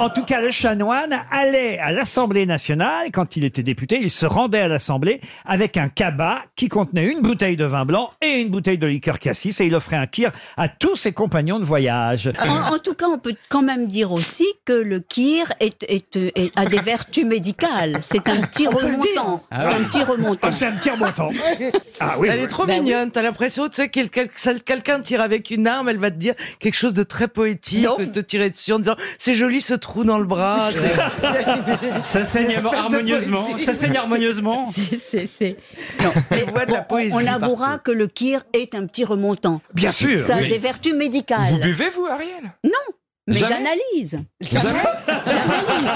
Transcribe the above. En tout cas, le chanoine allait à l'Assemblée nationale quand il était député. Il se rendait à l'Assemblée avec un cabas qui contenait une bouteille de vin blanc et une bouteille de liqueur cassis et il offrait un kir à tous ses compagnons de voyage. En, en tout cas, on peut quand même dire aussi que le kir est, est- est- a des vertus médicales. C'est un petit remontant. C'est un petit remontant. Ah, C'est un petit remontant. Ah oui. elle est trop Bah oui. mignonne, t'as l'impression, tu sais, quel- quel- quel- quelqu'un tire avec une arme, elle va te dire quelque chose de très poétique, Non. de te tirer dessus en disant c'est joli ce trou dans le bras. Ça saigne Espèce de harmonieusement. poésie. Ça saigne harmonieusement. C'est- c'est- c'est- Elle voit de la poésie. On avouera partout. que le kir est un petit remontant. Bien sûr. Ça a Euh, Oui. des vertus Vous médicales. buvez, vous, Ariel Mais Jamais j'analyse. Jamais J'analyse.